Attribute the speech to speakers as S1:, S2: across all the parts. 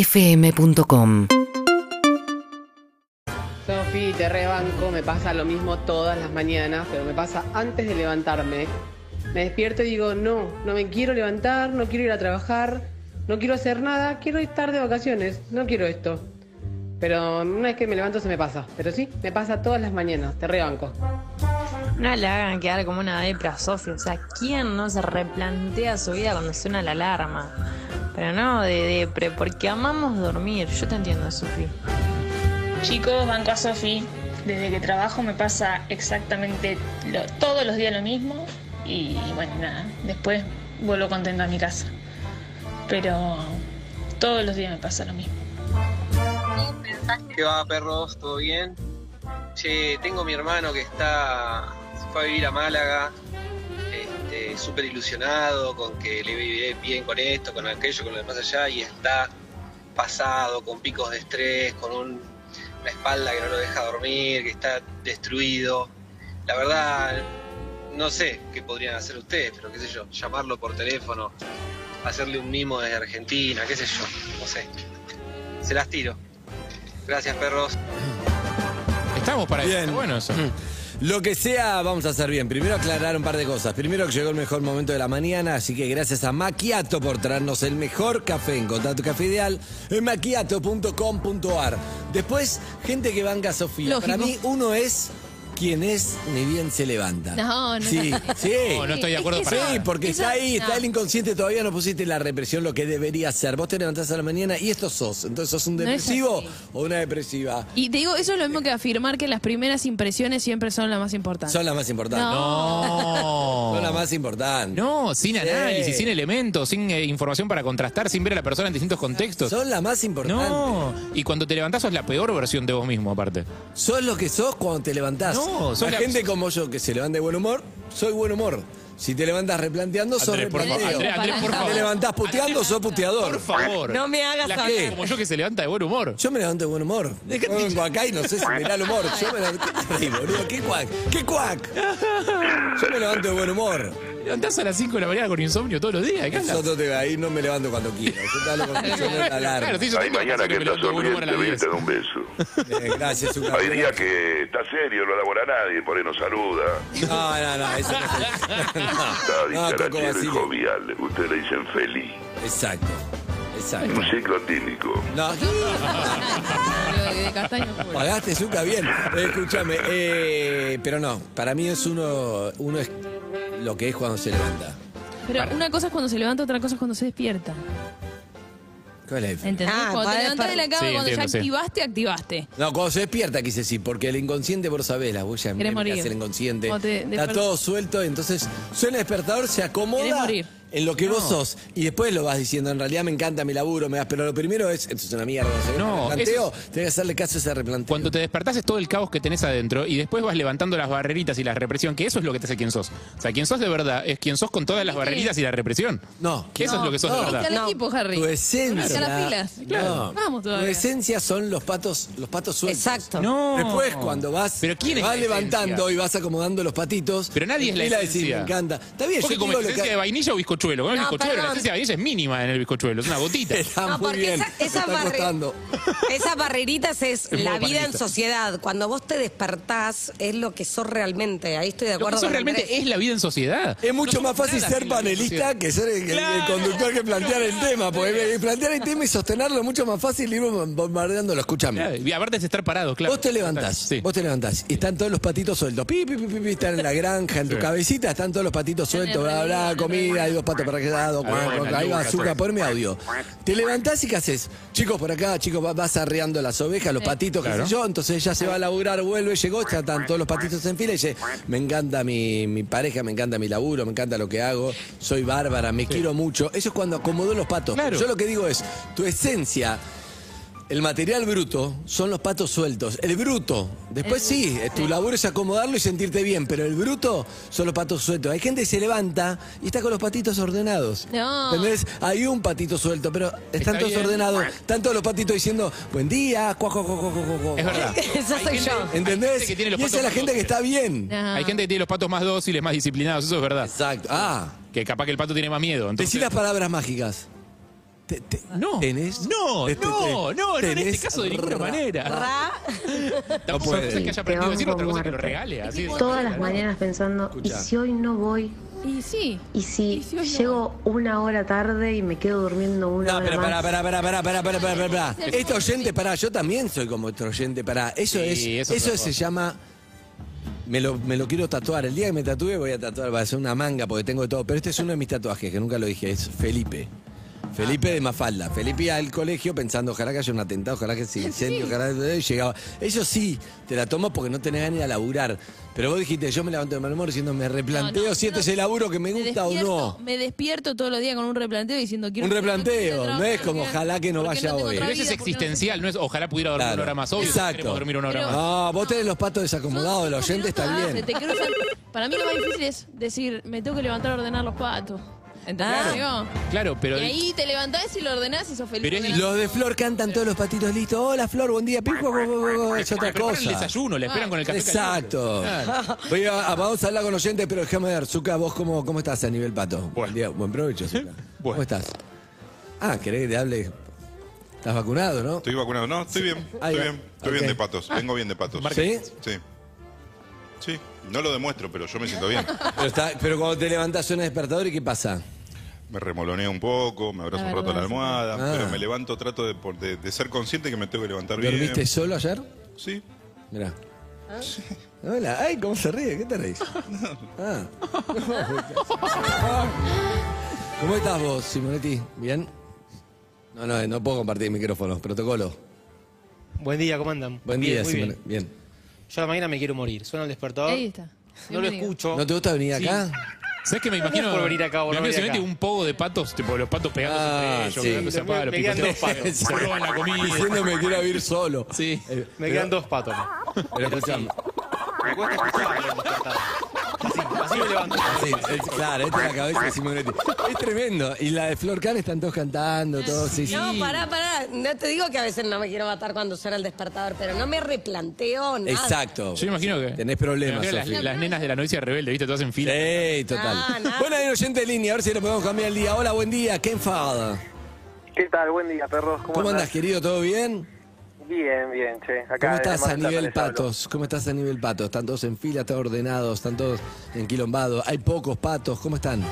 S1: UrbanaPlayFM.com
S2: Sofi, te rebanco, me pasa lo mismo todas las mañanas, pero me pasa antes de levantarme. Me despierto y digo, no, no me quiero levantar, no quiero ir a trabajar, no quiero hacer nada, quiero estar de vacaciones, no quiero esto. Pero una vez que me levanto se me pasa, pero sí, me pasa todas las mañanas, te rebanco.
S3: No le hagan quedar como una depra, Sofía. O sea, ¿quién no se replantea su vida cuando suena la alarma? Pero no de depre, porque amamos dormir. Yo te entiendo, Sofía.
S4: Chicos, banco a Sofi. Desde que trabajo me pasa exactamente lo- todos los días lo mismo. Y bueno, nada. Después vuelvo contenta a mi casa. Pero todos los días me pasa lo mismo.
S5: ¿Qué va, perros? ¿Todo bien? Che, tengo mi hermano que está. se fue a vivir a Málaga. Este, súper ilusionado con que le viviré bien con esto, con aquello, con lo demás allá. Y está pasado, con picos de estrés, con un- una espalda que no lo deja dormir, que está destruido. La verdad, no sé qué podrían hacer ustedes, pero qué sé yo, llamarlo por teléfono, hacerle un mimo desde Argentina, qué sé yo, no sé. Se las tiro. Gracias, perros.
S6: Estamos para eso.
S7: Bien.
S6: Está Bueno, eso.
S7: Lo que sea, vamos a hacer bien. Primero aclarar un par de cosas. Primero que llegó el mejor momento de la mañana, así que gracias a Maquiato por traernos el mejor café. Encontrá tu café ideal en maquiato.com.ar. Después, gente que banca a Sofía.
S8: Lógico.
S7: Para mí, uno es quien es ni bien se levanta.
S8: No, no.
S7: Sí, sí.
S6: No, no estoy de
S8: Es
S6: acuerdo
S8: que
S6: para
S8: eso-
S7: Sí,
S6: nada.
S7: porque
S8: Eso-
S7: está ahí, está
S8: no.
S7: el inconsciente, todavía no pusiste la represión, lo que debería ser. Vos te levantás a la mañana y esto sos. Entonces sos un
S8: No es
S7: depresivo
S8: así.
S7: o una depresiva.
S8: Y te digo, eso es lo mismo que afirmar que las primeras impresiones siempre son las más importantes.
S7: Son las más importantes. Son las
S6: No.
S7: más importantes.
S6: No, sin análisis,
S7: Sí.
S6: sin elementos, sin eh, información para contrastar, sin ver a la persona en distintos contextos.
S7: Son las más importantes.
S6: No, y cuando te levantás sos la peor versión de vos mismo, aparte.
S7: Sos lo que sos cuando te levantás.
S6: No, sos
S7: la,
S6: la-
S7: gente como yo que se levanta de buen humor, soy buen humor. Si te levantas replanteando, sos
S6: Andrés, por favor.
S7: replanteo.
S6: Andrés, Andrés, por
S7: Si
S6: favor.
S7: te levantás puteando, sos puteador.
S6: Por favor.
S3: No me hagas
S6: La
S3: hablar.
S6: gente como yo que se levanta de buen humor.
S7: Yo me levanto de buen humor. Yo vengo acá y no sé si me da el humor. Yo me levanto. ¿Qué te reí, boludo? ¿Qué cuac? ¿Qué cuac? Yo me levanto de buen humor.
S6: Te Levantás a las 5 de la mañana con insomnio todos los días. ¿qué hablas?
S7: Nosotros te ahí no me levanto cuando quiero. Yo te hablo con la
S6: Claro,
S7: alarma.
S6: sí, yo
S9: Hay
S6: tengo
S9: mañana que estás
S6: me levanto de buen humor a las
S9: sonriente, bien,
S6: 10.
S9: te da un beso.
S7: Eh, gracias, Zucca.
S9: Hay días que está serio, no labora nadie, por ahí no saluda.
S7: No, no, no. Eso no,
S9: Está
S7: es- no, no Ah, Coco
S9: dicharachero y
S7: Basile.
S9: jovial. Ustedes le dicen feliz.
S7: Exacto. Exacto.
S9: Un ciclo tímico.
S7: No,
S8: Boludo, de castaño puro.
S7: Pagaste Zucca bien. Eh, escúchame, eh, pero no, para mí es uno, uno es lo que es cuando se levanta.
S8: Pero una cosa es cuando se levanta, otra cosa es cuando se despierta.
S7: ¿Cuál es? la diferencia?
S8: ¿Entendés?
S3: Ah,
S8: cuando te
S3: para-
S8: levantás de la cama,
S6: Sí,
S8: cuando
S6: entiendo, sí.
S8: ya activaste, activaste.
S7: No, cuando se despierta quise decir, porque el inconsciente vos sabés, las huellas
S8: Querés
S7: mira,
S8: morir.
S7: el inconsciente.
S8: O te
S7: Está
S8: desper-
S7: todo suelto, entonces suena el despertador, se acomoda
S8: Querés morir.
S7: en lo que vos sos. Y después lo vas diciendo, en realidad me encanta mi laburo, me das, pero lo primero es, esto es una mierda, no, sé qué,
S6: No,
S7: replanteo,
S6: eso
S7: tenés que hacerle caso a ese replanteo.
S6: Cuando te despertás es todo el caos que tenés adentro y después vas levantando las barreritas y la represión, que eso es lo que te hace quien sos. O sea, quien sos de verdad es quien sos con todas las barreritas y la represión.
S7: No.
S6: Que eso es lo que sos de
S7: No.
S6: verdad.
S8: Está el equipo, Harry.
S7: Tu
S8: Unite
S7: esencia.
S8: a las pilas.
S7: No.
S8: Vamos
S7: tu
S8: todavía.
S7: esencia son los patos, los patos sueltos.
S3: Exacto.
S6: No.
S7: Después, cuando vas,
S6: Pero ¿quién es
S7: vas
S6: la
S7: levantando
S6: esencia?
S7: y vas acomodando los patitos.
S6: Pero nadie es la
S7: y decís,
S6: esencia.
S7: me encanta. Está bien,
S6: Vos que
S7: yo te
S6: comés
S7: digo lo
S6: esencia
S7: que.
S6: de vainilla o bizcochuelo. Comés
S3: No,
S6: bizcochuelo, la
S3: perdón.
S6: esencia de vainilla es mínima en el bizcochuelo, es una gotita.
S7: Está
S10: No,
S7: muy
S10: porque
S7: bien.
S10: esa-
S7: me
S10: esa
S7: está
S10: barre-
S7: costando.
S10: Esas barreritas es
S6: Es
S10: la
S6: muy
S10: vida en
S6: panista.
S10: sociedad. Cuando vos te despertás, es lo que sos realmente. Ahí estoy de
S6: Lo que
S10: acuerdo.
S6: sos
S10: con
S6: realmente
S10: Andrés.
S6: es la vida en sociedad.
S7: Es mucho
S6: No
S7: más
S6: somos
S7: fácil
S6: nada
S7: ser
S6: sin la sociedad.
S7: panelista que ser el, el- el
S6: Claro.
S7: conductor que plantear el tema. Porque el- plantear el tema y sostenerlo es mucho más fácil ir bombardeándolo. Escúchame.
S6: Claro, Y aparte es estar parado, claro.
S7: Vos te levantás,
S6: Sí.
S7: vos te levantás y están todos los patitos sueltos. Pi, pi, pi, pi, pi, están en la granja, en tu
S6: Sí.
S7: cabecita, están todos los patitos sueltos, bla, bla,
S8: alrededor,
S7: comida, hay dos patos para que lado,
S6: Ahí va, la
S7: ahí va
S6: yuca,
S7: azúcar,
S6: sí.
S7: ponme audio. Te levantás y qué haces? Chicos por acá, chicos, va- vas arreando las ovejas, los patitos, qué
S6: Claro.
S7: sé yo, entonces ella se va a laburar, vuelve, llegó, ya están todos los patitos en fila y dice, me encanta mi, mi pareja, me encanta mi laburo, me encanta lo que hago, soy bárbara, me quiero mucho. Eso es cuando acomodó los patos.
S6: Claro.
S7: Yo lo que digo es, tu esencia el material bruto son los patos sueltos. El bruto. Después sí, eh, tu labor es acomodarlo y sentirte bien, pero el bruto son los patos sueltos. Hay gente que se levanta y está con los patitos ordenados.
S8: No.
S7: ¿Entendés? Hay un patito suelto, pero están
S6: Está
S7: todos
S6: bien.
S7: ordenados. Están todos los patitos diciendo, buen día, cuac, cuac, cuac, cuac, cuac, cuac".
S6: Es verdad.
S10: Esa soy yo. Ah.
S6: Hay
S7: ¿Entendés?
S6: gente que tiene los
S7: y esa es la
S6: patos
S7: gente que está bien.
S8: No.
S6: Hay gente que tiene los patos más dóciles, más disciplinados, eso es verdad.
S7: Exacto. Ah,
S6: Que capaz que el pato tiene más miedo.
S7: decí
S6: Entonces,
S7: las palabras mágicas. Te- te-
S6: No,
S7: ¿Tenés?
S6: no,
S7: Este-
S6: no, no, no en
S7: tenés
S6: este caso de ninguna
S7: ra-
S6: manera.
S10: Ra.
S6: Tampoco
S7: puede.
S6: es que haya aprendido a decir otra cosa que lo regale. Así de-
S1: Todas las mañanas pensando, ¿y
S7: Escuchá.
S1: si hoy no voy?
S8: Y sí.
S1: ¿Y si,
S8: ¿Y si hoy no
S1: llego una hora tarde y me quedo durmiendo una
S7: No,
S1: hora
S7: pero
S1: más?
S7: pará, pará, pará, pará, pará, pará, pará, pará. Este oyente, pará, yo también soy como este oyente, pará. Eso
S6: Sí,
S7: es,
S6: eso
S7: eso,
S6: es otra
S7: se
S6: cosa.
S7: llama. Me lo, me lo quiero tatuar. El día que me tatúe voy a tatuar, va a ser una manga porque tengo de todo. Pero este es uno de mis tatuajes, que nunca lo dije, es Felipe. Felipe de Mafalda. Felipe iba al colegio pensando, ojalá que haya un atentado, ojalá que se incendie, ojalá que eh, llegaba. Eso sí, te la tomo porque no tenés ganas de ir a laburar. Pero vos dijiste, yo me levanto de mal humor diciendo, me replanteo
S8: No, no,
S7: si este
S8: no.
S7: es el laburo que me
S8: Me
S7: gusta o no.
S8: despierto- Me despierto todos los días con un replanteo diciendo quiero
S7: Un
S8: quiero
S7: replanteo,
S8: ir a trabajar,
S7: no es como,
S8: porque-
S7: ojalá que no
S8: porque
S7: vaya
S8: tengo
S7: hoy.
S8: otra
S6: Pero ese es
S8: vida, porque no sé
S6: existencial, no es ojalá pudiera dormir
S7: Claro.
S6: una hora más. Obvio que
S7: Exacto.
S6: queremos dormir una hora
S8: Pero-
S6: más.
S7: No, vos tenés los patos
S8: qué.
S7: desacomodados, el
S8: Son
S7: oyente está
S8: cinco minutos,
S7: bien.
S8: ah, se te cruzan. Para mí lo más difícil es decir, me tengo que levantar a ordenar los patos. ¿Entendés? amigo?
S6: Claro, pero.
S8: Y ahí te levantás y lo ordenás y sos feliz.
S6: Pero es-
S8: ordenás.
S7: Los de Flor cantan todos los patitos listos. Hola Flor, buen día. Pi, pu, pu, pu, pu, Es otra
S6: Preparan el
S7: cosa.
S6: desayuno, la esperan con el café. caliente.
S7: Exacto. Voy a- a- vamos a hablar con los oyentes, pero déjame ver, Zuka, vos cómo, cómo estás a nivel pato. Buen día, buen provecho, Zuka. ¿Cómo estás? Ah, ¿querés que te hable? ¿Estás vacunado, no?
S11: Estoy vacunado. No, estoy bien. Estoy
S7: Ahí va.
S11: bien. Estoy
S7: Ok. Ah.
S11: bien de patos. Vengo bien de patos.
S7: ¿Sí?
S11: Sí. Sí. No lo demuestro, pero yo me siento bien.
S7: Pero, está- pero cuando te levantás suena despertador y qué pasa.
S11: Me remoloneo un poco, me abrazo
S8: La
S11: un rato a la
S8: verdad,
S11: almohada,
S7: Ah.
S11: pero me levanto, trato de, por- de- de ser consciente que me tengo que levantar
S7: ¿Dormiste
S11: bien.
S7: solo ayer?
S11: Sí.
S7: Mirá.
S10: ¿Ah?
S7: Hola, ay, ¿cómo se ríe? ¿Qué te reís? Ah. ¿Cómo estás vos, Simonetti? ¿Bien? No, no, eh, no puedo compartir micrófonos, protocolo.
S5: Buen día, ¿cómo andan?
S7: Buen día, Simonetti. Bien.
S5: Yo a la mañana me quiero morir. Suena el despertador.
S8: Ahí está. Bienvenido.
S5: escucho.
S7: ¿No te gusta venir
S5: Sí.
S7: acá?
S6: ¿Sabes que me imagino?
S5: por venir acá, por
S6: me imagino
S5: venir
S6: simplemente
S5: acá.
S6: un pogo de patos, tipo los patos pegándose entre
S7: Ah,
S6: ellos,
S7: sí.
S6: pegándose a
S5: Me- me
S6: palos,
S5: quedan
S6: tipo,
S5: dos patos.
S6: se roban la comida.
S7: Diciéndome que era vivir solo.
S6: Sí.
S7: Eh,
S5: Me
S7: pero-
S5: quedan dos patos.
S7: Pero escuchame.
S5: Me cuesta escuchar el despertador. Así, así me levanto.
S7: Sí, es- claro, esta es la cabeza de Simonetti. Es tremendo. Y la de Flor Can están todos cantando, todos. Sí, sí.
S10: No, pará, pará. No te digo que a veces no me quiero matar cuando suena el despertador, pero no me replanteo nada.
S7: Exacto.
S6: Yo me imagino que.
S7: Tenés problemas,
S6: me imagino las,
S7: Sofi.
S6: las nenas de la novicia rebelde, ¿viste? Todas en fila.
S7: Sí, total.
S10: Ah, nada.
S7: Bueno, hay un oyente de línea, a ver si le podemos cambiar el día. Hola, buen día, qué enfada.
S5: ¿Qué tal? Buen día, perros.
S7: ¿Cómo andas, querido? ¿Todo bien?
S5: Bien, bien, che. Acá
S7: ¿Cómo
S5: desde
S7: estás a
S5: Mar del Plata
S7: nivel
S5: les hablo.
S7: patos? ¿Cómo estás a nivel patos? ¿Están todos en fila, están ordenados, están todos en quilombado? ¿Hay pocos patos? ¿Cómo están?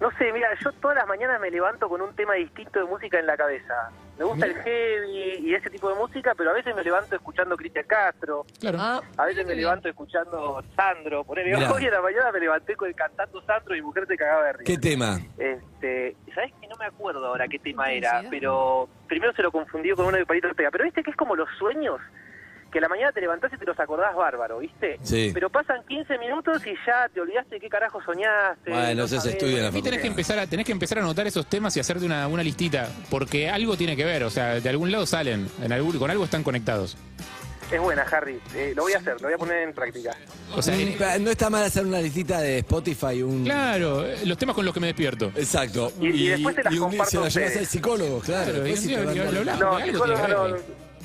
S5: No sé, mira, yo todas las mañanas me levanto con un tema distinto de música en la cabeza. Me gusta el heavy y ese tipo de música, pero a veces me levanto escuchando Cristian Castro,
S6: Claro.
S10: Ah,
S5: a veces me levanto escuchando Sandro. Ponele,
S7: Mirá.
S5: hoy en la mañana me levanté con- cantando Sandro y mi mujer se cagaba de risa.
S7: ¿Qué tema?
S5: Este, ¿Sabes que no me acuerdo ahora qué tema
S8: ¿Qué
S5: era?
S8: decía?
S5: Pero primero se lo confundió con uno de Palito Ortega. Pero viste que es como los sueños, que a la mañana te levantás y te los acordás bárbaro, ¿viste?
S7: Sí.
S5: Eh, Pero pasan 15 minutos y ya te olvidaste de qué carajo soñaste.
S7: Bueno, eso se
S5: sabés.
S7: estudia en la
S6: Y tenés que
S7: facultad.
S6: empezar a, tenés que empezar a anotar esos temas y hacerte una, una listita, porque algo tiene que ver, o sea, de algún lado salen, en algún- con algo están conectados.
S5: Es buena, Harry. Eh, lo voy a hacer, lo voy a poner en práctica.
S6: O sea, en-
S5: eh.
S7: Mm, No está mal hacer una listita de Spotify, un...
S6: claro, eh, los temas con los que me despierto.
S7: Exacto.
S5: Y- y después te las
S7: un-
S5: comparto
S7: se
S5: a
S7: la llevas
S5: ustedes.
S7: al psicólogo, claro.
S6: Claro, y
S7: Después
S6: un
S7: si
S6: día
S7: te
S6: lo-
S7: van
S6: lo
S7: a-
S6: hablamos.
S5: No,
S6: algo
S5: psicólogo
S6: tiene que
S5: no,
S6: ver,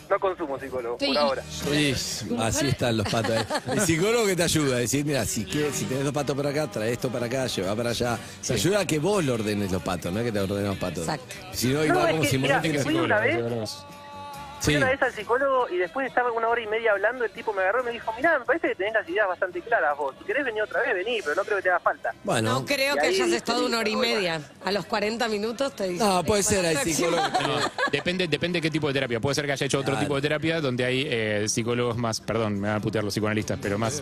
S5: no consumo psicólogo,
S8: Sí.
S5: por ahora.
S7: Sí, así están los patos. eh. El psicólogo que te ayuda, decir, mira, si quieres, si tenés dos patos para acá, trae esto para acá, lleva para allá. Te ayuda a que vos lo ordenes los patos, no es que te ordenen los patos.
S10: Exacto.
S7: Si no,
S5: No,
S7: igual
S5: es
S7: como
S5: que,
S7: si
S5: mirá,
S7: Moretti-
S5: fui una vez, fui
S7: Sí.
S5: una vez al psicólogo y después estaba una hora y media hablando, el tipo me agarró y me dijo, mirá, me parece que tenés las ideas bastante claras vos. Si querés venir otra vez, vení, pero no creo que te haga falta.
S7: Bueno.
S10: No creo
S5: Y
S10: que
S5: ahí
S10: hayas
S5: dice,
S10: estado una hora y
S5: bueno.
S10: media. A los 40 minutos te dice.
S7: No, puede ser, hay psicólogos.
S6: No, depende, depende qué tipo de terapia. Puede ser que haya hecho otro
S7: Claro.
S6: tipo de terapia donde hay eh, psicólogos más, perdón, me van a putear los psicoanalistas, pero más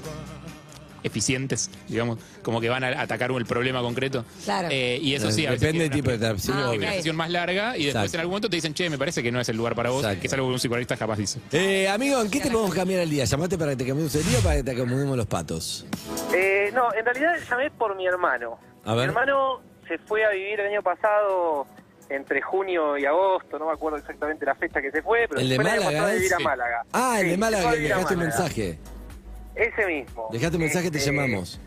S6: eficientes, digamos, como que van a atacar el problema concreto.
S10: Claro.
S6: Eh, y eso sí, a veces
S7: Depende del
S6: tienen
S7: tipo de
S6: una-
S7: terapia. sí,
S10: Ah,
S7: obvio.
S10: ok.
S6: Una sesión más larga y después
S7: Exacto.
S6: en algún momento te dicen, che, me parece que no es el lugar para vos,
S7: Exacto.
S6: que es algo que un psicoanalista jamás dice.
S7: Eh, amigo, ¿en qué te podemos cambiar el día? ¿Llamaste para que te cambiemos el día o para que te acomodemos los patos?
S5: Eh, no, en realidad llamé por mi hermano.
S7: A
S5: Mi
S7: ver.
S5: hermano se fue a vivir el año pasado entre junio y agosto, no me acuerdo exactamente la fecha que se fue, pero
S7: ¿El
S5: se
S7: de
S5: fue el año pasado
S7: Málaga?
S5: a vivir
S7: es?
S5: a Málaga.
S7: Ah, el
S5: Sí,
S7: de
S5: se fue a
S7: Málaga, que
S5: vivir a
S7: dejaste un
S5: Málaga.
S7: mensaje. Ah.
S5: Ese mismo.
S7: Dejaste un mensaje, te
S5: Este,
S7: llamamos.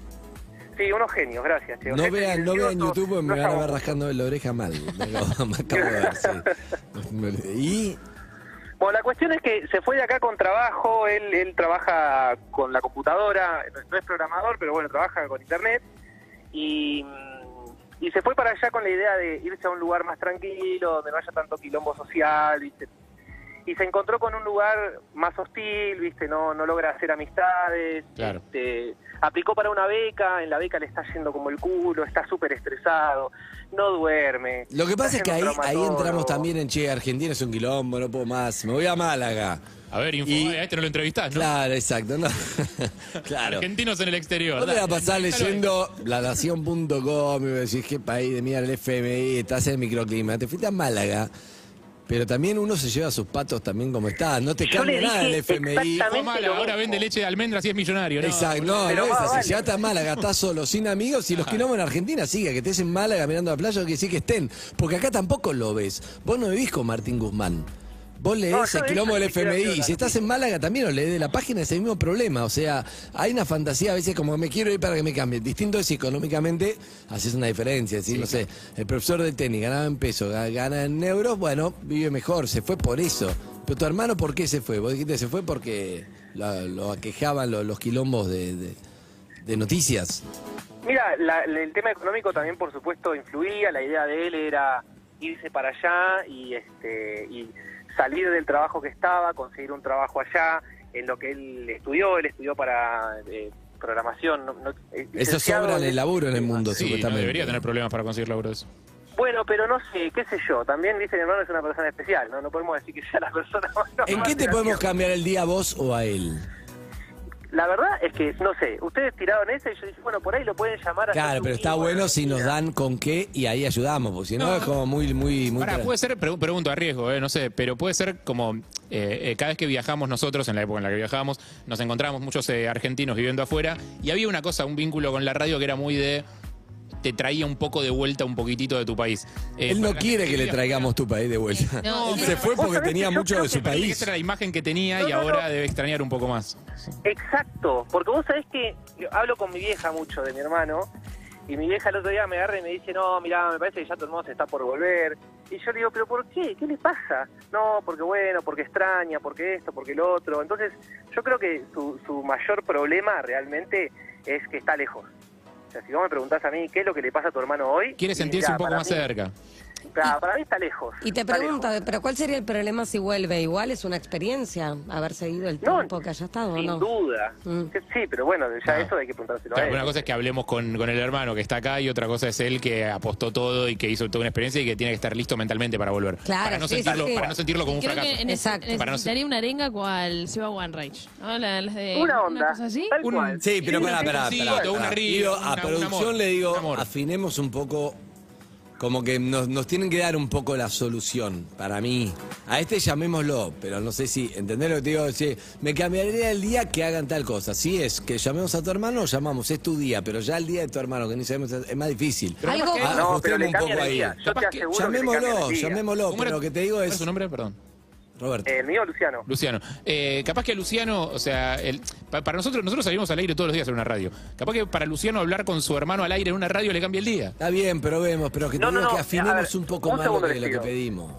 S5: Sí, unos genios, gracias. che.
S7: No
S5: Gente
S7: vean, no vean
S5: silenciosa,
S7: YouTube porque me
S5: no
S7: van a ver
S5: estamos-
S7: rascando la oreja mal. Me acabo, me acabo de ver, sí. Y
S5: Bueno, la cuestión es que se fue de acá con trabajo, él, él trabaja con la computadora, no- no es programador, pero bueno, trabaja con internet. Y mm,
S12: Y se fue para allá con la idea de irse a un lugar más tranquilo, donde no haya tanto quilombo social, ¿viste? Y se encontró con un lugar más hostil, ¿viste? No, no logra hacer amistades.
S6: Claro.
S12: este, aplicó para una beca, en la beca le está yendo como el culo, está súper estresado, no duerme.
S7: Lo que pasa es
S12: está
S7: que ahí,
S12: yendo a un
S7: ahí
S12: traumatólogo.
S7: entramos también en che, Argentina es un quilombo, no puedo más, me voy a Málaga.
S6: A ver, info, a este no lo entrevistás, ¿no?
S7: Claro, exacto. no. claro.
S6: Argentinos en el exterior.
S7: ¿Dónde la
S6: dale.
S7: pasás
S6: Déjalo ahí.
S7: leyendo lanación.com y decís qué país de mierda el FMI, estás en el microclima? Te fuiste a Málaga. Pero también uno se lleva sus patos también como está. No te
S6: Yo
S7: cambia
S6: le dije
S7: nada el FMI.
S6: Toma, la- ahora vende leche de almendras y es millonario. ¿no?
S7: Exacto, no,
S6: Pero
S7: no es
S6: más
S7: así.
S6: vale.
S7: Llegaste a Málaga, estás solo, sin amigos, y los quilombos en Argentina siga, que estés en Málaga mirando la playa, que sí que estén. Porque acá tampoco lo ves. Vos no vivís con Martín Guzmán. Vos lees
S12: No, yo
S7: el
S12: de
S7: quilombo
S12: hecho
S7: del
S12: ni siquiera
S7: FMI
S12: quiero
S7: y si estás en Málaga también lo lees de la página, es el mismo problema. O sea, hay una fantasía a veces como me quiero ir para que me cambien. Distinto es si económicamente, haces una diferencia. Si, no sé, el profesor de tenis ganaba en pesos, ga- gana en euros, bueno, vive mejor, se fue por eso. Pero tu hermano, ¿por qué se fue? Vos dijiste, se fue porque la- lo, aquejaban lo- los quilombos de, de- de noticias.
S12: Mira, la- la- el tema económico también, por supuesto, influía. La idea de él era irse para allá y, este, y salir del trabajo que estaba, conseguir un trabajo allá, en lo que él estudió. Él estudió para eh, programación. no- no- eh,
S7: Eso
S12: licenciado
S7: sobra en
S12: en-
S7: el laburo en el mundo,
S6: Sí, no
S7: supuestamente.
S6: debería tener problemas para conseguir laburo de eso.
S12: Bueno, pero no sé, qué sé yo. También dice mi hermano es una persona especial, ¿no? No podemos decir que sea la persona más
S7: ¿En
S12: normal
S7: qué
S12: de
S7: te
S12: la
S7: podemos
S12: Tierra.
S7: cambiar el día a vos o a él?
S12: La verdad es que, no sé, ustedes tiraron ese y yo dije, bueno, por ahí lo pueden llamar a...
S7: Claro, pero está bueno si nos dan con qué y ahí ayudamos, porque si no, es como muy, muy, muy.
S6: Ahora,
S7: tra-
S6: puede ser, pre- pregunto a riesgo, eh, no sé, pero puede ser como eh, eh, cada vez que viajamos nosotros, en la época en la que viajábamos, nos encontrábamos muchos eh, argentinos viviendo afuera y había una cosa, un vínculo con la radio que era muy de. te traía un poco de vuelta un poquitito de tu país. Eh,
S7: Él no
S6: para la
S7: quiere
S6: gente
S7: que le
S6: viaja-
S7: traigamos tu país de vuelta.
S6: No,
S7: Él
S6: no,
S7: se
S6: no.
S7: fue
S6: Vos
S7: porque
S6: sabés
S7: tenía
S6: que yo
S7: mucho
S6: creo
S7: de su
S6: que parece que
S7: país.
S6: Esa era la imagen que tenía y
S12: No, no,
S6: ahora
S12: no.
S6: debe extrañar un poco más.
S12: Exacto, porque vos sabés que yo hablo con mi vieja mucho de mi hermano y mi vieja el otro día me agarra y me dice, no, mirá, me parece que ya tu hermano se está por volver. Y yo le digo, pero ¿por qué? ¿Qué le pasa? No, porque bueno, porque extraña, porque esto, porque lo otro. Entonces yo creo que su, su mayor problema realmente es que está lejos. O sea, si vos me preguntás a mí qué es lo que le pasa a tu hermano hoy...
S6: Quiere
S12: y
S6: sentirse
S12: mirá,
S6: un poco
S12: para
S6: más
S12: mí-
S6: cerca.
S12: claro, para mí está lejos.
S10: Y te
S12: está lejos.
S10: pregunta, pero ¿cuál sería el problema si vuelve? Igual es una experiencia haber seguido el
S12: No,
S10: tiempo que haya estado, ¿o
S12: Sin
S10: ¿no? Mm.
S12: duda. Sí, pero bueno, ya eso hay que preguntárselo a
S6: Claro,
S12: él.
S6: Ah. una cosa es que hablemos con, con el hermano que está acá y otra cosa es él que apostó todo y que hizo toda una experiencia y que tiene que estar listo mentalmente para volver.
S10: Claro,
S6: para, no
S10: sí, sí,
S6: sentirlo,
S10: sí.
S6: para no sentirlo como un
S8: Creo
S6: fracaso.
S8: que en ese-
S6: Para no
S8: necesitaría una arenga cual Seba One Rage. ¿no? La- las de-
S12: Una onda,
S8: cosa así.
S12: tal cual.
S7: Sí, pero pará,
S6: un
S7: pará,
S6: besito,
S7: pará,
S6: un
S7: pará.
S6: río,
S7: Digo,
S6: una-
S7: a
S6: un
S7: producción
S6: amor,
S7: le digo, afinemos un poco, como que nos, nos tienen que dar un poco la solución, para mí. A este llamémoslo, pero no sé si, ¿entendés lo que te digo? Sí, me cambiaría el día que hagan tal cosa. Si es que llamemos a tu hermano, llamamos, es tu día, pero ya el día de tu hermano, que ni sabemos, es más difícil.
S6: Pero capaz Algo- que-
S7: Ah,
S6: No,
S12: pero le
S7: ajustemos un poco
S12: cambian el
S7: ahí.
S12: día. Yo te
S6: que-
S12: aseguro que le
S7: Llamémoslo,
S12: cambian el día.
S7: llamémoslo, pero lo que te digo
S6: ¿Cuál es
S7: es,
S6: su nombre? Perdón.
S7: Roberto.
S12: El mío, Luciano.
S6: Luciano. Eh, capaz que a Luciano, o sea, el- pa- para nosotros, nosotros salimos al aire todos los días en una radio. Capaz que para Luciano hablar con su hermano al aire en una radio le cambia el día.
S7: Está bien, pero vemos, pero que te
S12: No, no,
S7: digo
S12: no,
S7: que
S12: a
S7: afinemos
S12: ver,
S7: un poco
S12: un
S7: más lo
S12: segundo
S7: que,
S12: les
S7: lo que
S12: pido.
S7: pedimos.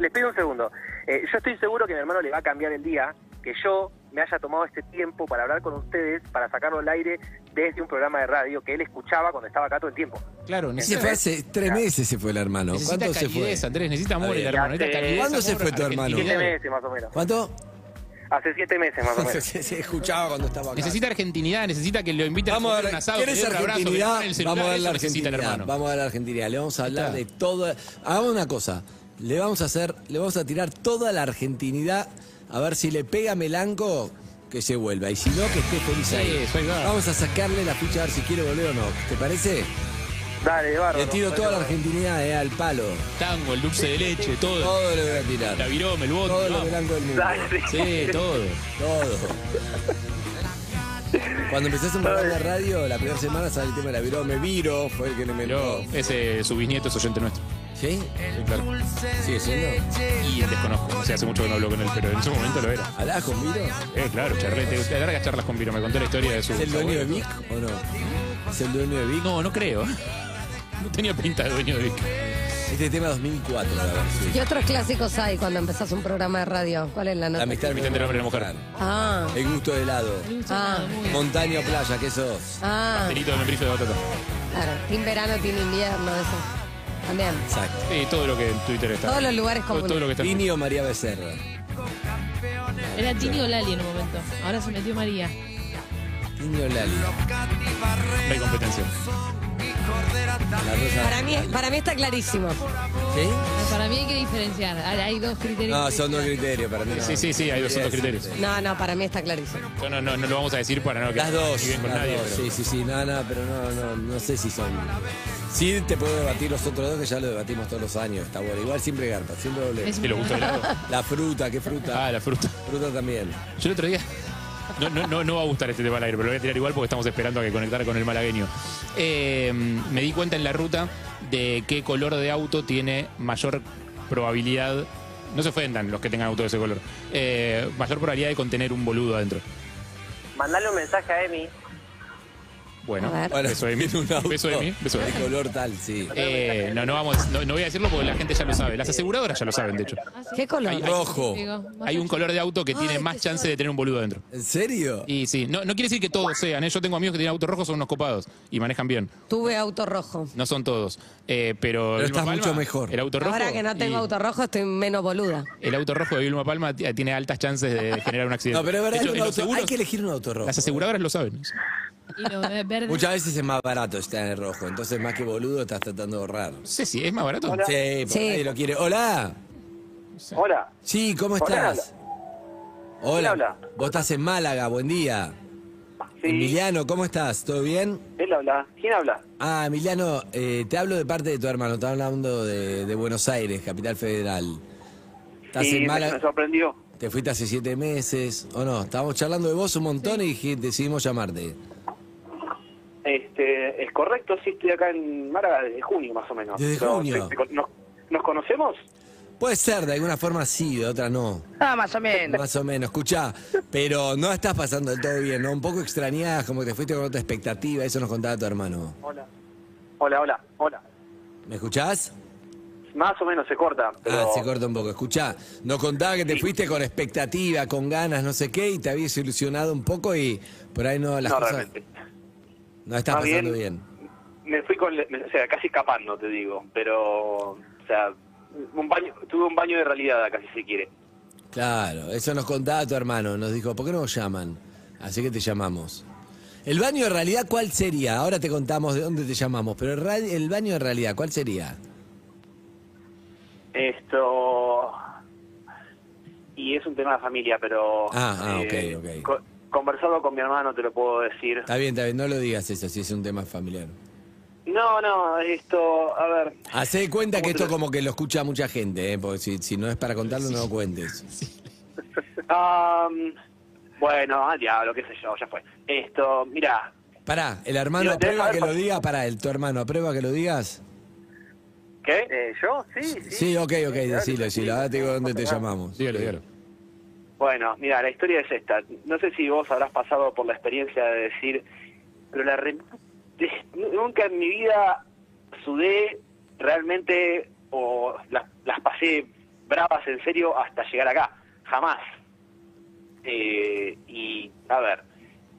S12: Les pido un segundo. Eh, yo estoy seguro que mi hermano le va a cambiar el día, que yo me haya tomado este tiempo para hablar con ustedes, para sacarlo al aire desde un programa de radio que él escuchaba cuando estaba acá todo el tiempo.
S6: Claro,
S7: Se
S6: necesita,
S7: fue hace tres meses se fue el hermano.
S6: necesita
S7: ¿Cuándo se fue?
S6: calidez, Andrés, necesita amor
S7: Está
S6: el
S7: bien.
S6: hermano. necesita
S12: Hace-
S6: calidez,
S7: ¿Cuándo se
S6: amor,
S7: fue tu hermano?
S12: Siete
S6: argentinidad.
S12: meses más o menos.
S7: ¿Cuánto?
S12: Hace siete meses más o menos.
S7: se, se escuchaba cuando estaba acá.
S6: Necesita argentinidad, necesita que lo invite
S7: Vamos a
S6: comer
S7: ver,
S6: un asado, que le
S7: ¿querés
S6: dé un abrazo, que le
S7: argentinidad?
S6: ponga el celular,
S7: vamos a ver la
S6: eso necesita el
S7: argentinidad.
S6: hermano.
S7: Vamos a la argentinidad. Le vamos a hablar
S6: está.
S7: de todo. Hagamos una cosa. Le vamos a hacer, le vamos a tirar toda la argentinidad a ver si le pega Melanco que se vuelva. Y si no, que esté feliz
S6: Sí,
S7: ahí.
S6: soy verdad.
S7: Vamos a sacarle la ficha a ver si quiere volver o no. ¿Te parece?
S12: Dale, bárbaro.
S6: Eh,
S7: Le tiro toda la argentinidad eh, al palo.
S6: Tango, el dulce de leche, todo.
S7: Todo le voy a tirar.
S6: La virome, el bote.
S7: Todo lo
S6: vamos.
S7: Melanco del mundo.
S12: Dale.
S6: Sí, todo.
S7: Todo. Cuando empezás un programa de radio, la primera semana sale el tema de la viró. Me viro, fue el que le inventó.
S6: Pero ese, su bisnieto es oyente nuestro.
S7: ¿Sí?
S6: Sí, claro.
S7: ¿Sigue siendo?
S6: Y desconozco, o sea, hace mucho que no hablo con él, pero en su momento lo era.
S7: ¿Hablabas con Viro?
S6: Eh, claro, charlete. Usted largas charlas con Viro, me contó la historia de su.
S7: ¿Es el dueño de
S6: abuelo.
S7: Vic o no? ¿Es el dueño de Vic?
S6: No, no creo. No tenía pinta de dueño de Vic.
S7: Este tema 2004, la verdad. sí.
S10: ¿Qué otros clásicos hay cuando empezás un programa de radio? ¿Cuál es la
S7: La
S10: nota?
S7: amistad
S6: Amistad entre hombre y mujer.
S10: Ah,
S7: El gusto de helado.
S10: ah,
S7: Montaña o playa, ¿qué sos?
S10: ah.
S6: Tenito de membrillo de batata.
S13: Claro, team verano, team invierno, eso. También.
S7: Exacto.
S6: Sí, todo lo que en Twitter está.
S13: Todos los lugares
S6: Todo- todo
S13: comunes.
S6: lo que está-
S7: Tini o María Becerra.
S8: Era Tini o Lali en un momento. Ahora se metió María.
S7: Tini o Lali.
S6: No hay competencia.
S7: La rosa.
S13: Para mí, para mí está clarísimo.
S7: ¿Sí?
S8: Para mí hay que diferenciar. Hay hay dos criterios. Ah,
S7: No, son dos criterios para mí. no.
S6: Sí, sí, sí, hay dos otros criterios.
S13: No, no, para mí está clarísimo.
S6: Yo No, no, no lo vamos a decir para no que
S7: Las dos.
S6: ni bien con
S7: las
S6: nadie.
S7: dos,
S6: pero-
S7: Sí, sí, sí, nada, nada, pero no, no, no sé si son. Sí, te puedo debatir los otros dos que ya lo debatimos todos los años. Está bueno, igual siempre garpa, siempre doble.
S8: Es-
S6: ¿Te lo gustó el helado?
S7: La fruta, qué fruta.
S6: Ah, la fruta.
S7: Fruta también.
S6: Yo el otro día. No, no, no, no va a gustar este tema al aire, pero lo voy a tirar igual porque estamos esperando a que conectara con el malagueño. Eh, me di cuenta en la ruta de qué color de auto tiene mayor probabilidad. No se ofendan los que tengan auto de ese color. eh, mayor probabilidad de contener un boludo adentro.
S14: Mandale un mensaje a Emi.
S6: Bueno,
S13: A ver.
S7: Bueno,
S6: beso de mí.
S7: tiene un auto
S6: Beso de mí. Beso de mí.
S7: De color tal, sí.
S6: Eh, no, no, vamos, no, no voy a decirlo porque la gente ya lo sabe. Las aseguradoras ya lo saben, de hecho.
S13: ¿Qué color?
S7: Rojo.
S8: Digo,
S6: Hay un color de auto que tiene
S8: Ay,
S6: más
S8: qué
S6: chance de tener un boludo adentro.
S7: ¿En serio?
S6: Y sí, no, no quiere decir que todos sean. ¿eh? Yo tengo amigos que tienen autos rojos, son unos copados y manejan bien.
S13: Tuve auto rojo.
S6: No son todos. Eh, pero
S7: Pero
S6: Vilma
S7: estás mucho mejor.
S6: El auto rojo.
S13: Ahora que no tengo
S6: y-
S13: auto rojo, estoy menos boluda.
S6: El auto rojo de Vilma Palma t- tiene altas chances de generar un accidente.
S7: No, pero es verdad,
S6: De hecho,
S7: un
S6: en los
S7: auto-
S6: seguros,
S7: hay que elegir un auto rojo. ¿eh?
S6: Las aseguradoras lo saben.
S8: Y lo de verde.
S7: Muchas veces es más barato estar en el rojo, entonces más que boludo estás tratando de ahorrar.
S6: No sé si es más barato.
S7: Sí, porque
S13: Sí.
S7: nadie lo quiere. Hola.
S14: Hola.
S7: Sí, ¿cómo
S14: Hola,
S7: estás? Hola.
S14: habla?
S7: Vos estás en Málaga, buen día.
S14: Sí,
S7: Emiliano, ¿cómo estás? ¿Todo bien?
S14: él habla. ¿Quién habla?
S7: Ah, Emiliano, eh, te hablo de parte de tu hermano, estaba hablando de, de Buenos Aires, Capital Federal. Estás
S14: Sí,
S7: en
S14: me,
S7: Málaga,
S14: me sorprendió.
S7: te fuiste hace siete meses, ¿o no? Estábamos charlando de vos un montón y dije- decidimos llamarte.
S14: Este, es correcto, sí, estoy acá en Málaga desde junio más o menos.
S7: Desde
S14: Pero,
S7: junio.
S14: ¿te- te- ¿Nos, nos conocemos?
S7: Puede ser, de alguna forma sí, de otra no.
S14: Ah, más o menos.
S7: Más o menos, escuchá, pero no estás pasando del todo bien, ¿no? Un poco extrañás, como que te fuiste con otra expectativa, eso nos contaba tu hermano.
S14: Hola. Hola, hola, hola.
S7: ¿Me escuchás?
S14: Más o menos se corta. Pero...
S7: Ah, se corta un poco. Escuchá, nos contaba que te fuiste con expectativa, con ganas, no sé qué, y te habías ilusionado un poco y por ahí no las
S14: no,
S7: cosas
S14: realmente.
S7: no estás
S14: Más
S7: pasando bien.
S14: bien- Me fui con, le- me- o sea, casi escapando, te digo. Pero, o sea, un baño, tuve un baño de realidad acá, si se quiere.
S7: Claro, eso nos contaba tu hermano, nos dijo, ¿por qué no nos llaman? Así que te llamamos. El baño de realidad, ¿cuál sería? Ahora te contamos de dónde te llamamos, pero el, ra- el baño de realidad, ¿cuál sería?
S14: Esto. Y es un tema de familia, pero.
S7: Ah, ah, ok, ok.
S14: Eh, co- conversado con mi hermano, te lo puedo decir.
S7: Está bien, está bien, no lo digas eso, si es un tema familiar.
S14: No, no, esto. A ver.
S7: Hacé de cuenta que esto como que lo escucha mucha gente, ¿eh? porque si, si no es para contarlo, no lo cuentes.
S14: am, bueno, ah, diablo, qué sé yo, ya fue. Esto, mirá.
S7: Pará, el hermano
S14: Digo, te
S7: aprueba
S14: deja-
S7: que lo diga, pará, el, tu hermano aprueba que lo digas.
S14: ¿Qué? Eh, ¿Yo? Sí,
S7: Sí, ok, ok, decilo, decilo. Ahora te digo dónde te llamamos.
S6: Dígalo, dígalo.
S14: Bueno, mira, la historia es esta. No sé si vos habrás pasado por la experiencia de decir, pero la re- de- nunca en mi vida sudé realmente o las, las pasé bravas en serio hasta llegar acá. Jamás. Eh, y, a ver,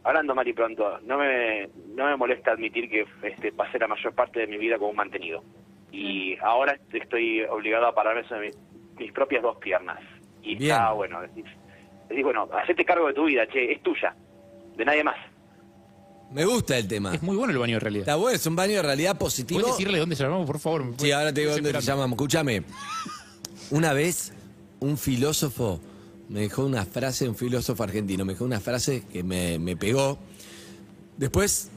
S14: hablando mal y pronto, no me, no me molesta admitir que este, pasé la mayor parte de mi vida como un mantenido. Y ahora estoy obligado a pararme sobre mis, mis propias dos piernas. Y
S7: Bien.
S14: está bueno, decís, decís, bueno, hacete cargo de tu vida, che, es tuya, de nadie más.
S7: Me gusta el tema.
S6: Es muy bueno el baño de realidad.
S7: Ah. Está bueno, es un baño de realidad positivo.
S6: ¿Puedes decirle dónde llamamos, por favor? Me
S7: Sí,
S6: estoy
S7: ahora te digo dónde te
S6: desesperando.
S7: llamamos. Escúchame. Una vez, un filósofo me dejó una frase, un filósofo argentino, me dejó una frase que me, me pegó. Después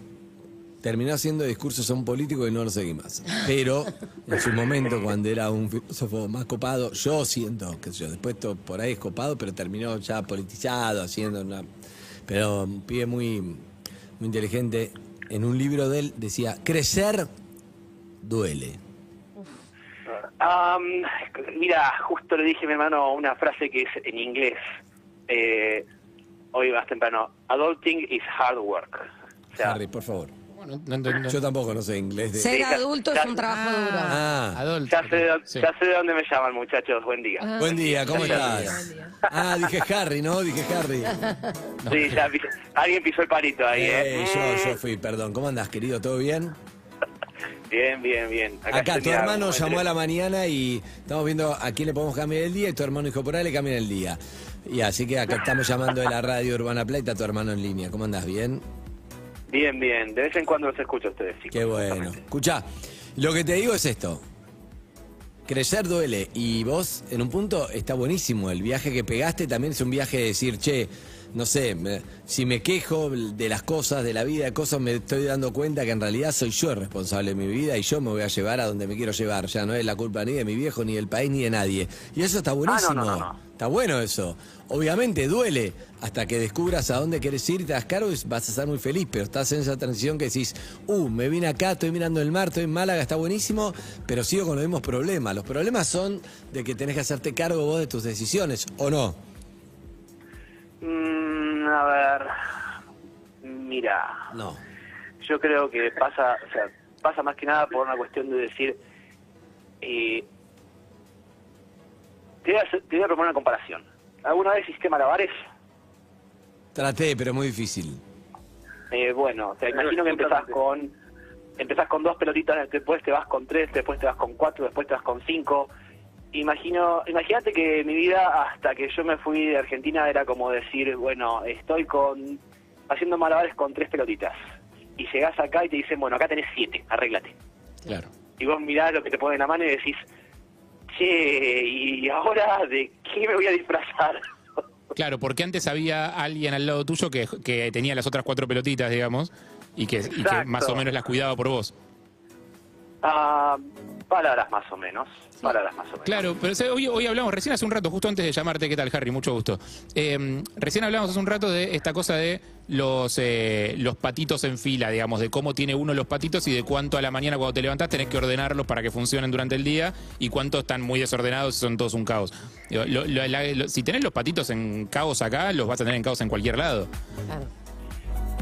S7: terminó haciendo discursos a un político y no lo seguí más. Pero en su momento, cuando era un filósofo más copado, yo siento, que yo, después to- por ahí es copado, pero terminó ya politizado, haciendo una. Pero un pibe muy, muy inteligente. En un libro de él decía: crecer duele.
S14: Am, mira, justo le dije a mi hermano una frase que es en inglés. Eh, hoy más temprano. Adulting is hard work. O sea,
S7: Harry, por favor.
S6: Bueno, no entiendo.
S7: Yo tampoco no sé inglés. de-
S13: Ser
S14: ya-
S13: adulto
S14: ya-
S13: es un trabajo duro.
S7: Ah,
S6: Adolfo.
S14: ya, sé de,
S6: Sí.
S14: ya sé de dónde me llaman, muchachos. Buen día.
S7: buen día, ¿cómo
S8: Buen
S7: estás?
S8: día.
S7: Ah, dije Harry, ¿no? Dije Harry.
S14: Sí, ya pi- alguien pisó el palito ahí, ¿eh?
S7: Eh, yo, yo fui, perdón. ¿Cómo andás, querido? ¿Todo bien?
S14: Bien, bien, bien.
S7: Acá tu
S14: tenía
S7: hermano
S14: como
S7: llamó
S14: entre-
S7: a la mañana y estamos viendo a quién le podemos cambiar el día y tu hermano dijo, por ahí le cambian el día. Y así que acá estamos llamando de la radio Urbana Play, está tu hermano en línea. ¿Cómo andás? ¿Bien?
S14: Bien, bien. De vez en cuando los escucho a ustedes, chicos.
S7: Qué bueno. Escuchá, lo que te digo es esto. Crecer duele y vos en un punto está buenísimo. El viaje que pegaste también es un viaje de decir, che, no sé, me- si me quejo de las cosas, de la vida, de cosas, me estoy dando cuenta que en realidad soy yo el responsable de mi vida y yo me voy a llevar a donde me quiero llevar. Ya no es la culpa ni de mi viejo, ni del país, ni de nadie. Y eso está buenísimo.
S14: Ah, no, no, no.
S7: Está bueno eso. Obviamente duele hasta que descubras a dónde quieres ir, te das cargo y vas a estar muy feliz, pero estás en esa transición que decís, uh, me vine acá, estoy mirando el mar, estoy en Málaga, está buenísimo, pero sigo con los mismos problemas. Los problemas son de que tenés que hacerte cargo vos de tus decisiones, ¿o no?
S14: Mm, a ver. Mira.
S7: No.
S14: Yo creo que pasa, o sea, pasa más que nada por una cuestión de decir. eh, te, voy a, hacer- te voy a proponer una comparación. ¿Alguna vez hiciste malabares?
S7: Traté, pero es muy difícil.
S14: Eh, bueno, te imagino que empezás con empezás con dos pelotitas, después te vas con tres, después te vas con cuatro, después te vas con cinco. Imagino, imagínate que mi vida hasta que yo me fui de Argentina era como decir, bueno, estoy con haciendo malabares con tres pelotitas y llegás acá y te dicen, bueno, acá tenés siete, arréglate.
S6: Claro.
S14: Y vos mirás lo que te ponen en la mano y decís, che, ¿y ahora de qué me voy a disfrazar?
S6: Claro, porque antes había alguien al lado tuyo que, que tenía las otras cuatro pelotitas, digamos, y que, y que
S14: Exacto.
S6: más o menos las cuidaba por vos.
S14: Ah, palabras más o menos, palabras más o menos.
S6: Claro, pero ¿sabes? hoy, hoy hablamos, recién hace un rato, justo antes de llamarte, ¿qué tal, Harry? Mucho gusto. Eh, recién hablamos hace un rato de esta cosa de los, eh, los patitos en fila, digamos, de cómo tiene uno los patitos y de cuánto a la mañana cuando te levantás tenés que ordenarlos para que funcionen durante el día y cuántos están muy desordenados y son todos un caos. Digo, lo- lo- la- lo- si tenés los patitos en caos acá, los vas a tener en caos en cualquier lado.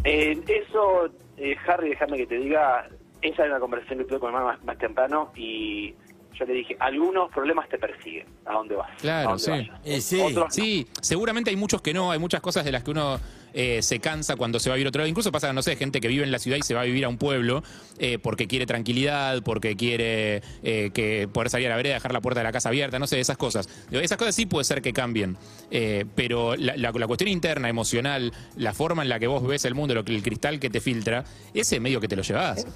S14: Eh, eso, eh, Harry, déjame que te diga, esa era una conversación que tuve con mi hermano más, más temprano y yo le dije, algunos problemas te persiguen, ¿a dónde vas? ¿A
S6: Claro,
S14: dónde
S6: sí.
S14: vayas?
S7: Eh, sí.
S6: seguramente hay muchos que no, hay muchas cosas de las que uno eh, se cansa cuando se va a vivir a otro lado. Incluso pasa, no sé, gente que vive en la ciudad y se va a vivir a un pueblo eh, porque quiere tranquilidad, porque quiere eh, que poder salir a la vereda, dejar la puerta de la casa abierta, no sé, esas cosas. Digo, Esas cosas sí puede ser que cambien, eh, pero la, la- la cuestión interna, emocional, la forma en la que vos ves el mundo, lo que, el cristal que te filtra, ese medio que te lo llevás.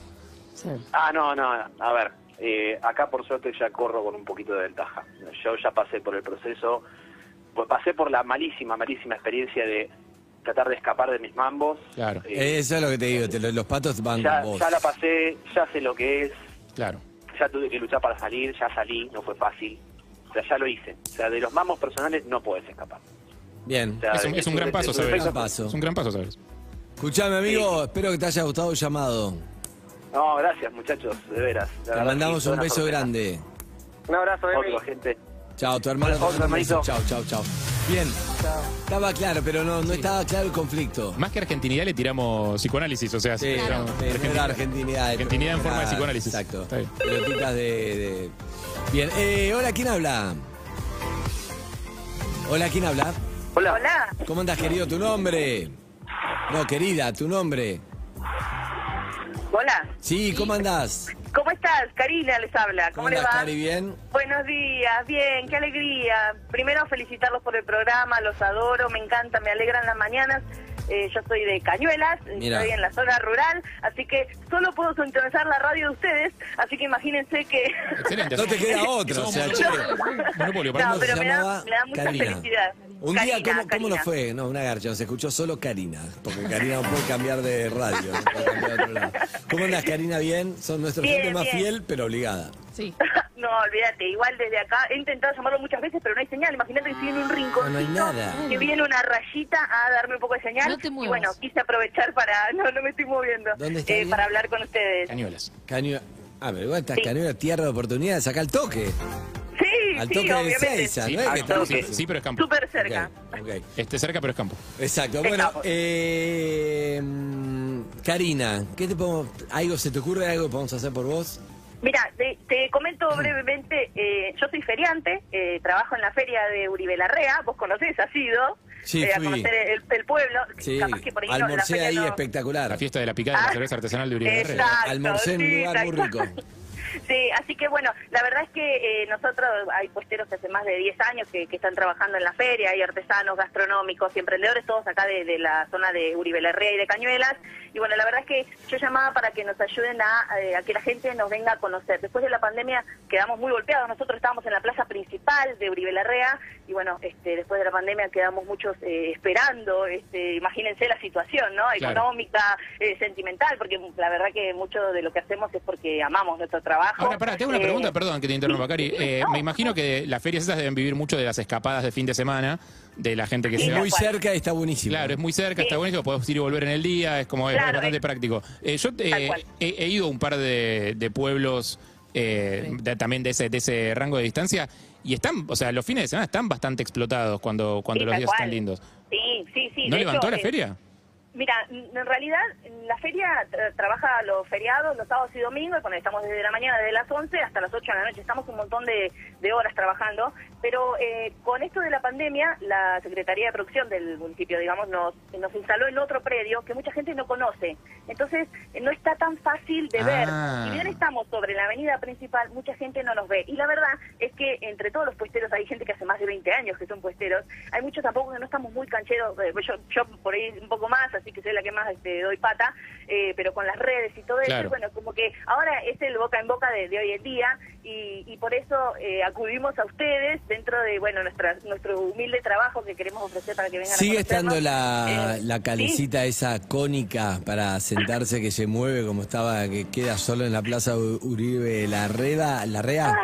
S14: Ah, no, no, no. a ver, eh, acá por suerte ya corro con un poquito de ventaja. Yo ya pasé por el proceso, pues pasé por la malísima, malísima experiencia de tratar de escapar de mis mambos. Eh,
S7: Claro. Eso es lo que te digo, te lo- los patos van
S14: Ya,
S7: con Eh, vos.
S14: ya la pasé, ya sé lo que es,
S6: Claro.
S14: ya tuve que luchar para salir, ya salí, no fue fácil. O sea, ya lo hice. O sea, de los mamos personales no puedes escapar.
S7: Bien.
S14: Es un- es un gran paso, ¿sabes?
S6: Es un gran paso, ¿sabes?
S7: Escuchame, amigo, espero que te haya gustado el llamado.
S14: No, gracias muchachos, de veras. La
S7: Te
S14: verdad,
S7: mandamos
S14: sí,
S7: un
S14: fue una
S7: beso
S14: sorpresa.
S7: grande.
S14: Un abrazo, Otro, gente.
S7: Chao, tu hermano.
S14: Otro, hermanito.
S7: Chao, chao, chao. Bien. Estaba claro, pero no, no estaba claro el conflicto.
S6: Más que argentinidad le tiramos psicoanálisis, o sea,
S7: Sí, claro.
S6: tiramos-
S7: Sí, no era argentinidad.
S6: Argentinidad en forma de
S7: Era-
S6: psicoanálisis.
S7: ah, Exacto.
S6: Está bien.
S7: Pelotitas de, de- Bien. Eh, hola, ¿quién habla? Hola, ¿quién habla?
S14: Hola.
S7: ¿Cómo andas, querido? ¿Tu nombre? No, querida, ¿tu nombre?
S13: Hola,
S7: Sí, ¿cómo andás?
S13: ¿cómo estás? Karina les habla, ¿cómo, les
S7: andás,
S13: va?
S7: Cari? ¿Bien?
S13: Buenos días, bien, qué alegría. Primero felicitarlos por el programa, los adoro, me encanta, me alegran las mañanas. Eh, yo soy de Cañuelas, eh,
S15: Mira.
S13: estoy en la zona rural, así que solo puedo sintonizar la radio de ustedes, así que imagínense que...
S7: No te queda otra, o sea, che.
S6: Monopolio,
S13: No,
S7: ¿cómo
S13: pero
S7: se
S13: me da,
S7: llamaba?
S13: me da mucha
S7: Karina.
S13: felicidad.
S7: Un día,
S13: Karina,
S7: ¿cómo, cómo
S13: Karina.
S7: nos fue? No, una garcha, nos escuchó solo Karina, porque Karina no puede cambiar de radio. no puede cambiar de otro lado. ¿Cómo andas, Karina? Bien, son nuestra
S13: Bien,
S7: gente más
S13: bien.
S7: fiel, pero obligada.
S13: No, olvídate, igual desde acá he intentado llamarlo muchas veces, pero no hay señal. Imagínate que estoy en un rincón.
S7: No hay nada.
S13: Que viene una rayita a darme un poco de señal.
S7: No te muevas.
S13: Y bueno, quise aprovechar para. No, no me estoy moviendo.
S7: ¿Dónde está
S13: Eh,
S7: bien?
S13: para hablar con ustedes.
S6: Cañuelas.
S7: Cañuelas. Ah, pero igual estás
S13: Sí.
S7: Cañuelas, tierra de oportunidades, saca el toque.
S13: Sí,
S7: Al
S13: sí,
S7: toque de
S13: obviamente.
S7: Ezeiza, ¿no? es que estamos
S6: Sí, ah,
S7: en-
S6: sí, pero es campo.
S13: Súper cerca.
S6: Este cerca, pero es campo.
S7: Exacto.
S6: Es
S7: Bueno,
S6: campo.
S7: eh, mm, Karina, ¿qué te podemos, algo se te ocurre algo que podemos hacer por vos?
S13: Mira, te, te comento brevemente. eh, yo soy feriante, eh, trabajo en la feria de Uribe Larrea. Vos conocés, has ido.
S7: Sí,
S13: eh, a
S7: fui.
S13: conocer el, el pueblo.
S7: Sí,
S13: Capaz que por ahí no, la
S7: almorcé
S13: feria
S7: ahí
S13: no-
S7: espectacular. La
S6: fiesta de la picada
S7: Ah,
S6: de la cerveza artesanal de Uribe Guerrero.
S13: Exacto,
S7: Almorcé en
S13: sí,
S7: un lugar
S13: tal
S7: muy
S13: cual.
S7: rico.
S13: Sí, así que bueno, la verdad es que eh, nosotros hay puesteros que hace más de 10 años que, que están trabajando en la feria, hay artesanos, gastronómicos y emprendedores, todos acá de, de la zona de Uribe Larrea y de Cañuelas. Y bueno, la verdad es que yo llamaba para que nos ayuden a, eh, a que la gente nos venga a conocer. Después de la pandemia quedamos muy golpeados, nosotros estábamos en la plaza principal de Uribe Larrea y bueno, este, después de la pandemia quedamos muchos eh, esperando, este, imagínense la situación, ¿no?
S15: Claro.
S13: Económica, eh, sentimental, porque la verdad que mucho de lo que hacemos es porque amamos nuestro trabajo.
S6: Ahora, pará, te hago una
S13: Eh,
S6: pregunta, perdón que te interrumpa, Cari. Eh, me imagino que las ferias esas deben vivir mucho de las escapadas de fin de semana, de la gente que
S7: Y
S6: se va.
S7: muy cerca y está buenísimo.
S6: Claro, es muy cerca, está buenísimo, podés ir y volver en el día, es como es
S7: Claro,
S6: bastante práctico. Eh, yo eh,
S7: Tal cual.
S6: he, he ido a un par de, de pueblos eh, de- también de ese, de ese rango de distancia y están, o sea, los fines de semana están bastante explotados cuando, cuando
S13: Sí,
S6: los
S13: tal
S6: días están
S13: cual.
S6: lindos.
S13: Sí, sí, sí.
S6: ¿No
S13: de
S6: levantó
S13: hecho,
S6: la
S13: eh,
S6: feria?
S13: Mira, en realidad la feria tra- trabaja los feriados, los sábados y domingos, cuando estamos desde la mañana, desde las 11 hasta las 8 de la noche, estamos un montón de, de horas trabajando, pero eh, con esto de la pandemia, la Secretaría de Producción del municipio, digamos, nos, nos instaló en otro predio que mucha gente no conoce, entonces eh, no está tan fácil de
S15: Ah.
S13: ver. Si bien estamos sobre la avenida principal, mucha gente no nos ve, y la verdad es que entre todos los puesteros hay gente que hace más de 20 años que son puesteros, hay muchos tampoco que no estamos muy cancheros, eh, yo, yo por ahí un poco más, así que soy la que más este, doy pata, eh, pero con las redes y todo eso,
S15: Claro.
S13: y bueno, como que ahora es el boca en boca de, de hoy en día y, y por eso eh, acudimos a ustedes dentro de, bueno, nuestra, nuestro humilde trabajo que queremos ofrecer para que vengan a
S7: Sigue
S13: conocernos.
S7: estando la,
S13: Eh,
S7: la calecita esa cónica para sentarse que se mueve como estaba, que queda solo en la plaza U- Uribe Larreda,
S13: Ah,
S7: Larrea.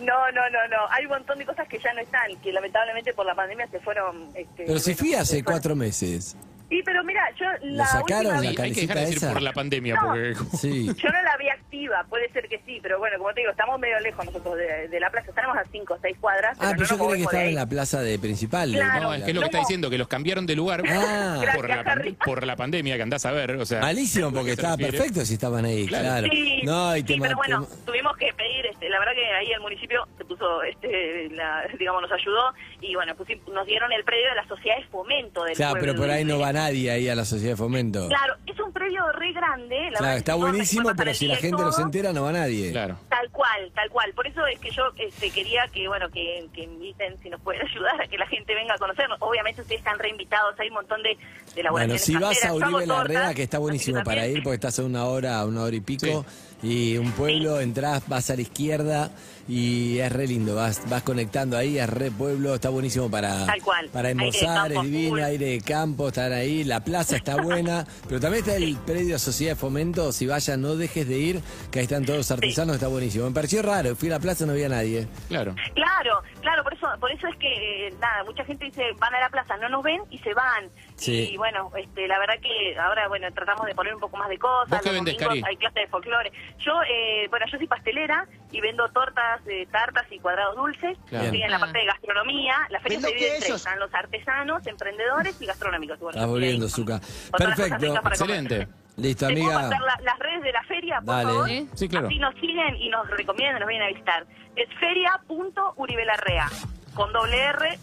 S13: No, no, no, no, hay un montón de cosas que ya no están, que lamentablemente por la pandemia se fueron... Este,
S7: Pero si
S13: bueno,
S7: fui
S13: se
S7: hace
S13: fueron.
S7: cuatro meses.
S13: Sí, pero mira, yo la
S7: ¿La
S13: última
S7: sacaron
S13: vez-
S7: la
S6: Sí, hay que dejar
S7: calecita
S6: de decir
S7: esa?
S6: por la pandemia,
S13: No.
S6: porque...
S7: Sí.
S13: Yo no la vi activa, puede ser que sí, pero bueno, como te digo, estamos medio lejos nosotros de, de la plaza, estaremos a 5 o 6 cuadras.
S7: Ah, pero
S13: no
S7: yo
S13: nos
S7: creí que
S13: movemos de
S7: estaba
S13: ahí.
S7: en la plaza de principal. ¿eh?
S13: Claro.
S6: No, es que es lo que está diciendo, que los cambiaron de lugar
S7: Ah.
S6: por, la, pan- por la pandemia que andás a ver. O sea,
S7: Malísimo, porque estaba perfecto si estaban ahí,
S6: Claro.
S7: claro.
S13: Sí,
S7: No, y te
S13: sí,
S7: ma-
S13: pero bueno,
S7: te-
S13: tuvimos que pedir, este, la verdad que ahí el municipio se puso, este, la- digamos, nos ayudó y bueno, pusi- nos dieron el predio de la sociedad de fomento del
S7: Claro,
S13: pueblo.
S7: pero por ahí no va nadie ahí a la sociedad de fomento.
S13: Claro, es un predio re grande. La
S7: Claro,
S13: verdad
S7: está
S13: que enorme,
S7: buenísimo,
S13: forma para
S7: pero
S13: el
S7: si la
S13: día y
S7: gente no se
S13: todo.
S7: entera, no va nadie.
S6: Claro.
S13: Tal cual, tal cual. Por eso es que yo este, quería que, bueno, que, que inviten, si nos pueden ayudar, a que la gente venga a conocernos. Obviamente ustedes están reinvitados, hay un montón de, de
S7: Bueno,
S13: elaboraciones
S7: si vas
S13: caseras,
S7: a Uribe
S13: hago tortas,
S7: Larreda, que está buenísimo
S13: así que
S7: para
S13: también-
S7: ir, porque estás a una hora, una hora y pico, y un pueblo, entrás, vas a la izquierda y es re lindo, vas, vas conectando ahí, es re pueblo, está buenísimo para,
S13: Tal cual.
S7: para
S13: Aire de
S7: almorzar,
S13: campo
S7: es
S13: a
S7: divino,
S13: full.
S7: aire de campo, están ahí, la plaza está buena, pero también está el predio Sociedad de Fomento, si vayas no dejes de ir, que ahí están todos los artesanos, está buenísimo. Me pareció raro, fui a la plaza no había nadie.
S6: Claro.
S13: Claro, claro, por eso, por eso es que eh, nada, mucha gente dice van a la plaza, no nos ven y se van.
S7: Sí.
S13: Y bueno, este, la verdad que ahora bueno tratamos de poner un poco más de cosas.
S6: ¿Vos qué
S13: los
S6: vendés,
S13: domingos
S6: Cari?
S13: Hay clases de folclore. Yo, eh, bueno, yo soy pastelera y vendo tortas, eh, tartas y cuadrados dulces.
S7: Claro.
S13: Estoy en la parte de gastronomía. La feria
S15: Vendo
S13: se divide
S15: que
S13: en tres,
S15: ellos.
S13: están los artesanos, emprendedores y gastronómicos. Bueno,
S7: Estás volviendo, Zuka.
S13: Otras cosas
S7: Perfecto.
S13: ricas para comer. Excelente.
S7: Listo,
S13: ¿Te puedo pasar
S7: amiga.
S13: la- las redes de la feria, por
S7: Dale.
S13: favor?
S7: ¿Eh? Sí, claro.
S13: Así nos siguen y nos recomiendan, nos vienen a visitar. Es feria.uribelarrea, con doble R,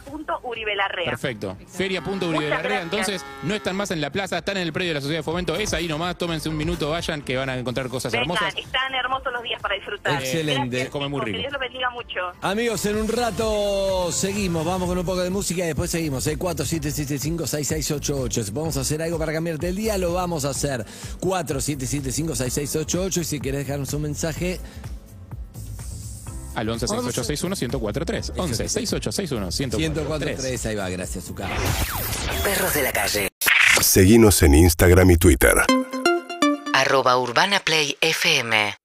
S13: feria.uribelarrea.
S6: Perfecto. Feria.uribelarrea,
S13: gracias.
S6: entonces no están más en la plaza, están en el predio de la Sociedad de Fomento. Es ahí nomás, tómense un minuto, vayan, que van a encontrar cosas
S13: Vengan,
S6: hermosas.
S13: están hermosos los días para disfrutar.
S7: Excelente.
S13: Gracias,
S7: Come muy
S13: chicos,
S7: rico.
S13: Que Dios los bendiga mucho.
S7: Amigos, en un rato seguimos, vamos con un poco de música y después seguimos. ¿eh? 47756688. Si podemos hacer algo para cambiarte el día, lo vamos a hacer. 47756688 y si querés dejarnos un mensaje,
S6: Al 11 6861 1043. 11 6861 1043.
S7: 1043. Ahí va, gracias, Zuka.
S16: Perros de la calle.
S17: Seguinos en Instagram y Twitter.
S16: Arroba Urbana Play FM.